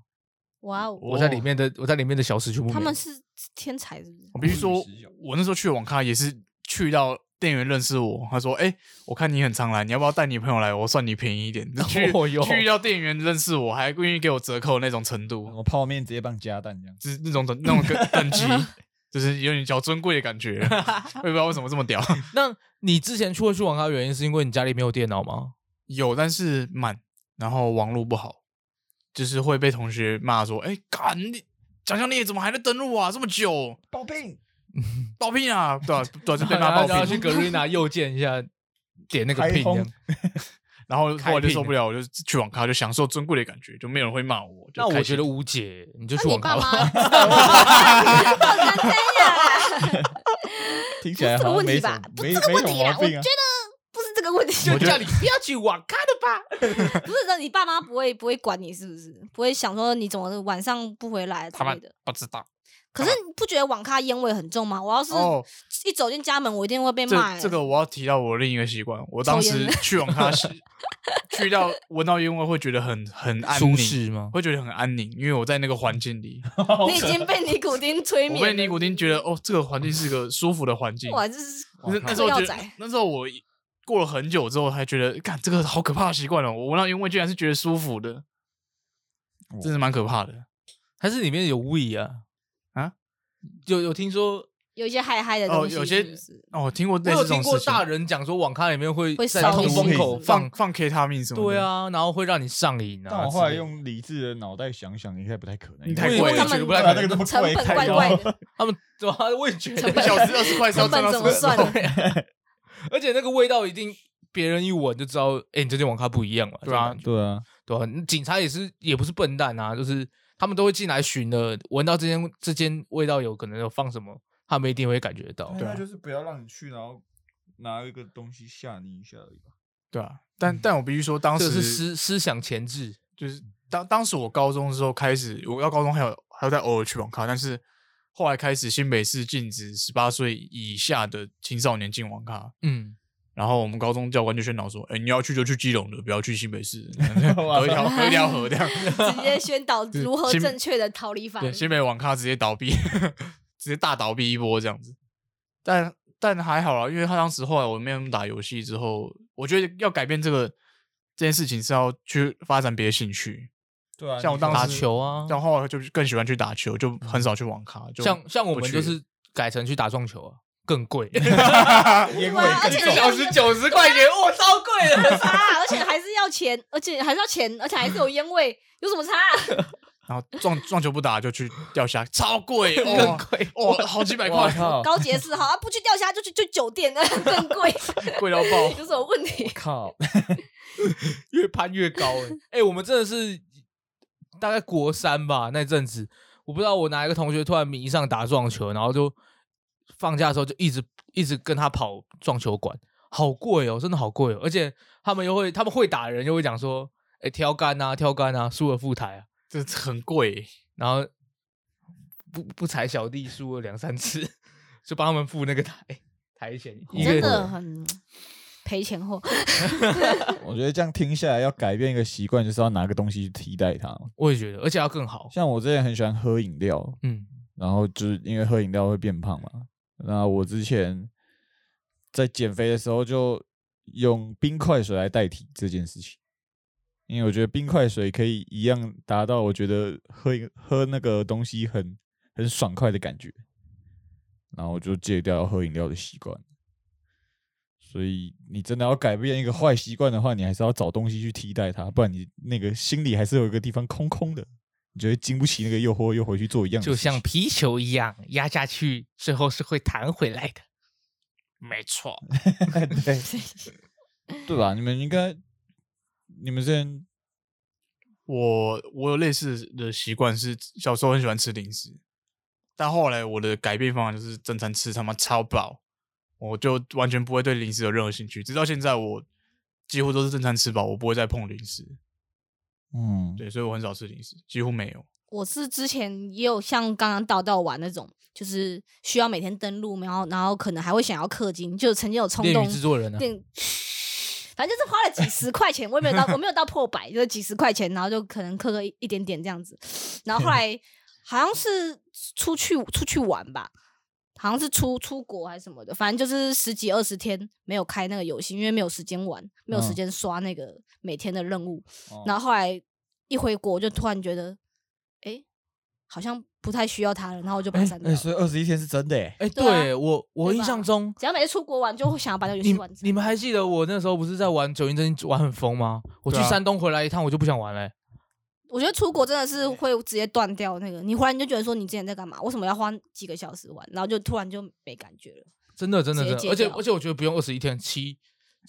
S2: 哇哦，
S1: 我在里面的我在里面的小时全部没
S2: 他们
S1: 了
S2: 是天才是不是？
S4: 我必须说
S3: 五十小，
S4: 我那时候去网咖也是去到店员认识我，他说：“哎、我看你很常来，你要不要带你朋友来？我算你便宜一点。
S1: [laughs]
S4: 去”
S1: 哦哟
S4: 去到店员认识我，还愿意给我折扣那种
S1: [laughs]
S4: 程度，
S3: 我泡面直接帮你加蛋这样，
S4: 就是那种等那种等等级，就是有点小尊贵的感觉。
S1: [laughs]
S4: 我也不知道为什么这么屌。
S1: 那你之前去会去网咖的原因是因为你家里没有电脑 [laughs] 吗？
S4: 有，但是慢，然后网络不好，就是会被同学骂说：“哎、干你蒋小烈怎么还在登录啊？这么久，
S3: 暴病，
S4: 暴病啊！”对啊，对啊，就被
S1: [laughs] 然
S4: 骂
S1: 后
S4: 暴
S1: 然后去
S4: 病。
S1: 格瑞娜右键一下点那个
S3: 开
S1: 拼这
S3: 通
S1: 样，
S4: 然后后
S1: 开
S4: 来就
S1: 屏
S4: 受不了，我就去网咖，就享受尊贵的感觉，就没有人会骂我。就
S1: 那我
S4: 开心
S1: 觉得无解，你就
S2: 那
S1: 去
S2: 你
S1: 网
S2: 爸
S1: 咖 [laughs]
S2: 妈
S1: 吧。
S2: 知道 [laughs] 我真的呀？
S3: 听
S2: 不
S3: 起
S2: 是这个
S3: 来好像
S2: 问
S3: 没
S2: 题
S3: 什
S2: 吧
S3: 么？
S2: 不
S3: 没
S2: 是
S3: 没
S2: 这
S3: 什
S2: 个问题
S3: 么
S2: 啦，
S3: 毛
S2: 我
S3: 病
S2: 觉
S3: 啊。
S2: 得不是这个问题，
S1: 就叫你不要去网咖的吧。
S2: 不是的，你爸妈不会不会管你是不是？不会想说你怎么晚上不回来之
S4: 他
S2: 类
S4: 们
S2: 的。
S4: 不知道
S2: 可是你不觉得网咖烟味很重吗？我要是
S4: 哦。
S2: 一走进家门，我一定会被骂、
S4: 这
S2: 欸。
S4: 这个我要提到我另一个习惯，我当
S2: 抽
S4: 时
S2: 烟
S4: 去网
S2: [laughs]
S4: 咖时，去到闻到烟味会觉得很很安
S1: 舒
S4: 宁
S1: 适吗？
S4: 会觉得很安宁，因为我在那个环境里，
S2: 你已经被尼古丁催
S4: 我
S2: 眠了。
S4: 被尼古丁觉得哦，这个环境是个舒服的环境。
S2: 哇，这是
S1: 哦
S4: 那那时候
S2: 嗑药
S4: 觉得
S2: 仔，
S4: 那时候我过了很久之后，还觉得，看这个好可怕的习惯哦！我闻到烟味居然是觉得舒服的，真是蛮可怕的。
S1: 还是里面有 we 啊？
S4: 啊？
S1: 有有听说，
S2: 有一些嗨嗨的
S4: 哦
S2: 东西
S4: 有些
S2: 是不是
S4: 哦，听过
S1: 我
S4: 类似
S1: 有
S4: 这种
S1: 听
S4: 事
S1: 过
S4: 情
S1: 大人讲说网咖里面会
S2: 会
S1: 在
S2: 烧
S1: 通
S3: 东
S1: 风
S3: 西
S1: 口
S4: 放放 K 他命什么的
S1: 对，啊，然后会让你上瘾啊。
S3: 但我后来
S1: 之类的
S3: 用理智的脑袋想想，应该不太可能。
S4: 你
S3: 因
S4: 太
S3: 为
S1: 我
S4: 贵
S1: 也
S4: 了
S1: 觉
S2: 他
S1: 得
S2: 们
S1: 不太可
S3: 那
S1: 能
S3: 个这么
S2: 成
S3: 贵
S2: 本
S3: 太
S2: 怪
S3: 高
S2: 怪
S3: 了
S2: 的，
S1: 他们对吧？我也觉
S2: 成
S1: 得
S4: 一
S2: 本
S4: 小时二十块是要赚到
S2: 成本
S4: 什
S2: 怎么
S4: 么？
S2: 算
S1: 而且那个味道一定，别人一闻就知道，哎、你这间网咖不一样了。
S4: 对啊
S1: 这种感觉
S3: [laughs] 对 [laughs] 啊，
S1: 对啊，你警察也是也不是笨蛋啊，就是他们都会进来巡的，闻到这间这间味道有可能有放什么，他们一定会感觉到。
S4: 对啊
S3: 那就是不要让你去，然后拿一个东西吓你一下而已吧。
S4: 对啊，但但我必须说，啊当
S1: 嗯这个是
S4: 时
S1: 思思想前置，
S4: 就是当当时我高中的时候开始，我要高中还有还有在偶尔去网咖，但是后来开始新北市禁止十八岁以下的青少年进网咖，
S1: 嗯，
S4: 然后我们高中教官就宣导说：“哎、你要去就去基隆的，不要去新北市，隔一条隔一条河这样。
S2: 直接宣导如何
S4: 新
S2: 正确的逃离”法律
S4: 对，。新北网咖直接倒闭， [laughs] 直接大倒闭一波这样子。但但还好啦，因为他当时后来我没有那么打游戏之后，我觉得要改变这个这件事情是要去发展别的兴趣。
S3: [laughs] 对啊，
S4: 像我
S3: 你
S4: 当
S1: 打
S3: [laughs]
S4: 时
S1: 球啊，
S4: 但后来就更喜欢去打球，就很少去网咖。就
S1: 像像我
S4: 不
S1: 们
S4: 去
S1: 就
S4: 了
S1: 是改成去打撞球啊，更
S4: [laughs]
S1: 贵，
S3: 烟
S2: 对啊而
S3: 味
S2: 且
S3: 更重
S2: 要
S1: 小时九十块钱，哇，超贵的。
S2: 啊！而且还是要钱，而且还是要钱，而且还是有烟味，有什么差、
S4: 然后撞撞球不打就去钓虾，超贵
S1: [laughs] [laughs] 更
S4: 哦
S1: 贵，
S4: 哦，好几百
S3: 哇
S4: 块，
S3: 靠
S2: 高杰四号啊，不去钓虾就去就酒店，那更
S1: [laughs]
S2: 贵，
S4: 贵到
S2: 有
S4: 爆。
S2: 什么问题？
S3: 靠！
S1: 越攀越高
S4: [laughs]
S1: 哎、欸。我们真的是大概国三吧那阵子，我不知道我哪一个同学突然迷上打撞球，然后就放假的时候就一直一直跟他跑撞球馆，好贵哦，真的好贵哦。而且他们又会他们会打人，又会讲说，哎、挑杆啊，挑杆啊，输了副台啊，
S4: 这很贵，欸
S1: 然后不不踩小弟输了两三次， [laughs] 就帮他们付那个台台钱， [laughs]
S4: 哦
S1: 一个
S2: 真的很赔钱货。
S3: [laughs] 我觉得这样听下来，要改变一个习惯，就是要拿个东西替代它。
S1: 我也觉得，而且要更好，
S3: 像我之前很喜欢喝饮料，
S1: 嗯。
S3: 然后就是因为喝饮料会变胖嘛。那我之前在减肥的时候，就用冰块水来代替这件事情，因为我觉得冰块水可以一样达到我觉得喝一喝那个东西很很爽快的感觉。然后我就戒掉喝饮料的习惯。所以你真的要改变一个坏习惯的话，你还是要找东西去替代它，不然你那个心里还是有一个地方空空的，你就会经不起那个诱惑，又回去做一样的
S1: 就
S3: 事情。
S1: 像皮球一样压下去，最后是会弹回来 [laughs] 的。
S4: 没错。
S1: 哎
S3: 对吧？你们应该，你们之前
S4: 我我有类似的习惯，是小时候很喜欢吃零食，但后来我的改变方法就是正餐吃他妈超饱，我就完全不会对零食有任何兴趣，直到现在我几乎都是正餐吃饱，我不会再碰零食，
S3: 嗯，
S4: 对，所以我很少吃零食，几乎没有。
S2: [laughs] 我是之前也有像刚刚道道玩那种，就是需要每天登录，然后然后可能还会想要氪金，就曾经有冲
S1: 恋
S2: 动
S1: 与制作人呢、啊？
S2: 电， [laughs] 反正就是花了几十块钱，我也没有到，我没有到破百，就是几十块钱，然后就可能氪个一一点点这样子。然后后
S1: [laughs]
S2: 来好像是出去出去玩吧，好像是出出国还是什么的，反正就是十几二十天没有开那个游戏，因为没有时间玩，没有时
S3: 嗯
S2: 间刷那个每天的任务。
S3: 哦
S2: 然后后来一回国，我就突然觉得，哎，好像不太需要它了，然后我就把它
S3: 哎
S2: 删掉
S3: 哎，
S2: 了。
S3: 所以二十一天是真的哎，
S1: 哎、
S2: 对啊
S1: 对我我
S2: 对
S1: 印
S2: 吧
S1: 象中，
S2: 只要每次出国玩，就会想要把那个游戏
S1: 你
S2: 玩
S1: 你
S2: 完。
S1: 们还记得我那时候不是在玩《九阴真经》玩很疯吗？我去
S4: 对啊
S1: 山东回来一趟，我就不想玩了欸、
S2: 我觉得出国真的是会直接断掉那个，你回来你就觉得说你之前在干嘛？为什么要花几个小时玩？然后就突然就没感觉了。
S1: 真的真的
S2: 直
S1: 真
S2: 接戒
S1: 的，而且
S2: 掉
S1: 而且我觉得不用二十一天，七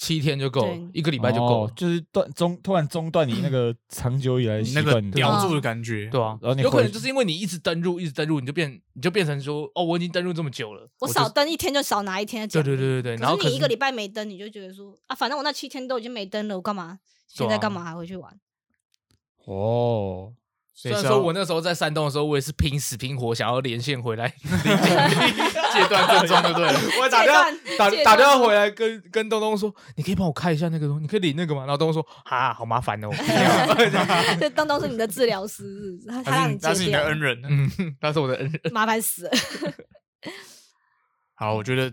S1: 七天就够了
S2: 对，
S1: 一个礼拜就够
S3: 哦
S1: 了，
S3: 就是断中突然中断你那个长久以来的
S4: 你
S3: 习
S4: 那个
S3: 惯
S4: 叼住的感觉，
S1: 对啊
S3: 然后你，
S1: 有可
S3: 回
S1: 能就是因为你一直登入，一直登入，你就变你就变成说，哦，我已经登入这么久了，
S2: 我
S1: 就
S2: 少
S1: 是
S2: 登一天就少拿一天的
S1: 对
S2: 奖。
S1: 对对对对，然后
S2: 可
S1: 可
S2: 是你
S1: 是
S2: 一个礼拜没登，你就觉得说啊，反正我那七天都已经没登了，我干嘛现在
S1: 对啊
S2: 干嘛还回去玩？
S3: 哦，
S4: 所
S1: 虽
S4: 以
S1: 然
S4: 是
S1: 说
S4: 要
S1: 我那时候在山东的时候，我也是拼死拼活想要连线回来 [laughs] 理解
S4: 戒断症状就对了。
S1: [laughs] 我打
S2: 戒
S1: 电话
S2: 断
S1: 打
S2: 戒
S1: 打
S2: 断
S1: 电话
S2: 症
S1: 回来跟跟东东说，你可以帮我看一下那个东西，你可以领那个吗？然后东东说啊，好麻烦哦。 [laughs]
S2: 这东东是你的治疗师，是不是他他
S4: 他
S2: 让你
S4: 是你他是
S2: 戒
S4: 你的
S2: 掉，
S4: 恩人。
S1: 嗯，他是我的恩人。
S2: 麻烦死了。
S4: 好，我觉得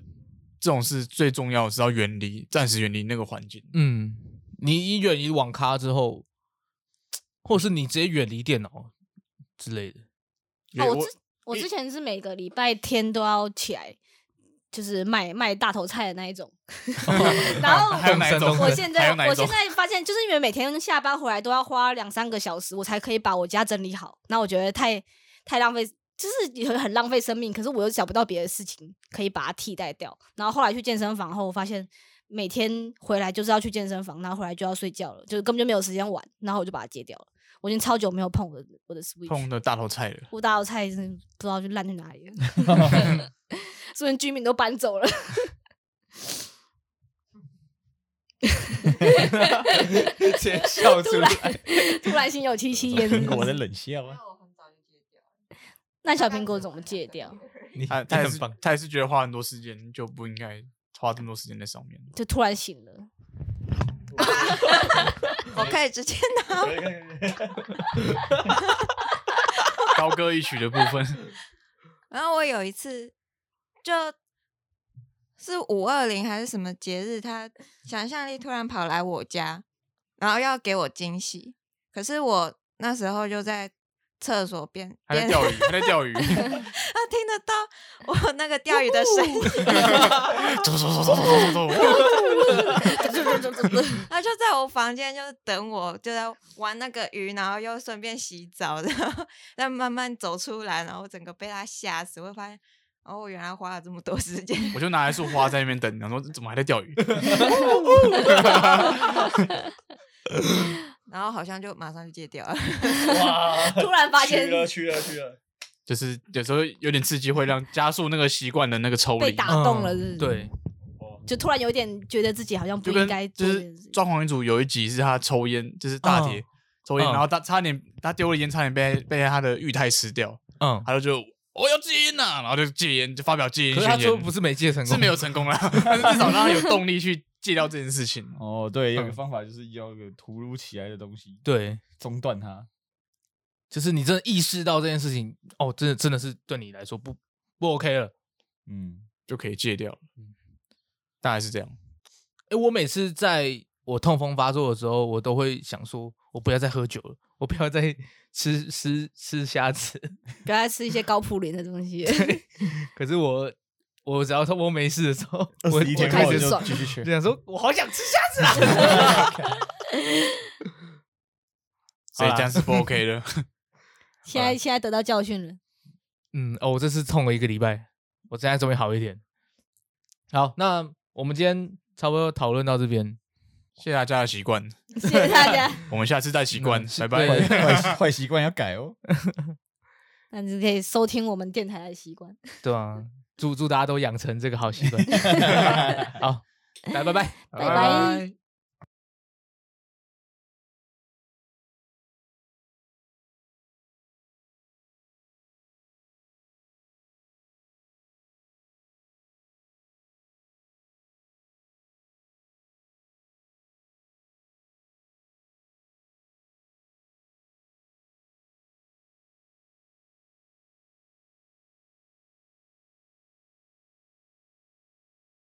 S4: 这种事最重要的是要远离，暂时远离那个环境。
S1: [laughs] 嗯，你一远离网咖之后，或者是你直接远离电脑之类的，
S4: 因为
S2: 哦我
S4: 我
S2: 之我之前是每个礼拜天都要起来，就是卖卖大头菜的那一种。 [laughs] 然后
S4: [laughs] 还有哪一种
S2: 我现
S4: 还
S2: 在
S4: 有哪一
S2: 我
S4: 种
S2: 现在发现，就是因为每天下班回来都要花两三个小时，我才可以把我家整理好。那我觉得太太浪费，就是很很浪费生命。可是我又找不到别的事情可以把它替代掉。然后后来去健身房后，我发现。每天回来就是要去健身房，然后回来就要睡觉了，就是根本就没有时间玩，然后我就把它戒掉了。我已经超久没有碰我的我的 Switch，
S4: 碰的大头菜了，
S2: 胡大头菜真的不知道就烂去哪里了，
S4: [laughs]
S2: [laughs] 是不是居民都搬走了？
S1: 直接 [laughs] 笑出来。
S2: 突然心有戚戚焉。
S3: 苹果在冷笑啊，
S5: 我很早就戒掉，
S2: 那小苹果怎么戒掉？
S1: 你
S4: 他
S1: 你
S4: 他也
S1: 很
S4: 是
S1: 棒，
S4: 他也是觉得花很多时间就不应该花这么多时间在上面。
S2: 就突然醒了， [laughs]
S5: 我可以直接拿。
S4: 高歌一曲的部分，
S1: [laughs]
S5: 然后我有一次就是五二零还是什么节日，他想象力突然跑来我家，然后要给我惊喜，可是我那时候就在厕所边
S4: 还在
S5: 边
S4: 钓鱼，还
S1: [laughs]
S4: 在钓鱼， [laughs]
S5: 他 [laughs] 听得到我那个钓鱼的声音，
S4: [laughs] 走走走走走走走，
S5: 他就在我房间就是等我，就在玩那个鱼，然后又顺便洗澡，然后再慢慢走出来，然后我整个被他吓死，会发现哦，我原来花了这么多时间。
S4: 我就拿来束花在那边等，然后说怎么还在钓
S1: [laughs]
S4: 鱼？
S5: 然后好像就马上就戒掉了，
S3: 哇，
S2: 突然发现
S3: 去了去了去了，
S4: 就是有时候有点刺激，会让加速那个习惯的那个抽
S2: 被
S4: 离，
S2: 打动了，是不是？
S1: 嗯，对，
S2: 就突然有点觉得自己好像不
S4: 就
S2: 应
S4: 跟
S2: 该
S4: 就
S2: 做这
S4: 是
S2: 件事。
S4: 装潢一组有一集是他抽烟，就是大铁
S1: 嗯
S4: 抽烟，
S1: 嗯
S4: 然后他差点他丢了烟，差点被被他的玉太吃掉，
S1: 嗯。
S4: 他就就我要戒烟呐，然后就戒烟，就发表戒烟
S1: 可
S4: 宣
S1: 是
S4: 言。
S1: 他最后不是没戒成功，
S4: 是没有成
S1: [laughs]
S4: 功啦，但是至少让他有动力去戒掉这件事情。
S3: 哦，对，有个
S4: 嗯
S3: 方法就是要一个突如其来的东西
S1: 对，
S3: 中断它，
S1: 就是你真的意识到这件事情，哦，真的真的是对你来说不不 OK 了。
S3: 嗯，
S4: 就可以戒掉。
S1: 嗯
S4: 大概是这样。
S1: 诶，我每次在我痛风发作的时候，我都会想说，我不要再喝酒了，我不要再 [laughs] 吃吃吃虾子。
S2: 不要再吃一些高普林的东西，
S1: 可是我我只要痛风没事的时候，我
S3: 21
S1: 我
S3: 天
S1: 开
S3: 后
S1: 始
S3: 就
S1: 爽
S3: 继续
S1: 就
S3: 去，
S1: 想说，我好想吃虾子啊！
S3: [laughs]
S1: [laughs]
S4: 所以这样是不 OK 的。
S2: [laughs]
S4: [laughs]
S2: 现
S4: 啊
S2: 在现在得到教训了。
S1: 嗯，哦，我这次痛了一个礼拜，我现在终于好一点。好，那我们今天差不多讨论到这边，
S4: 谢谢大家的习惯，
S2: 谢谢大家， [laughs]
S4: 我们下次再习惯
S1: 嗯，是
S4: 拜
S1: 对。
S4: 拜
S3: [laughs] 坏坏习惯要改哦，
S2: 那你就可以收听我们电台的习惯。
S1: 对啊， [laughs] 祝祝大家都养成这个好习惯。好，来，拜拜。
S2: 拜拜。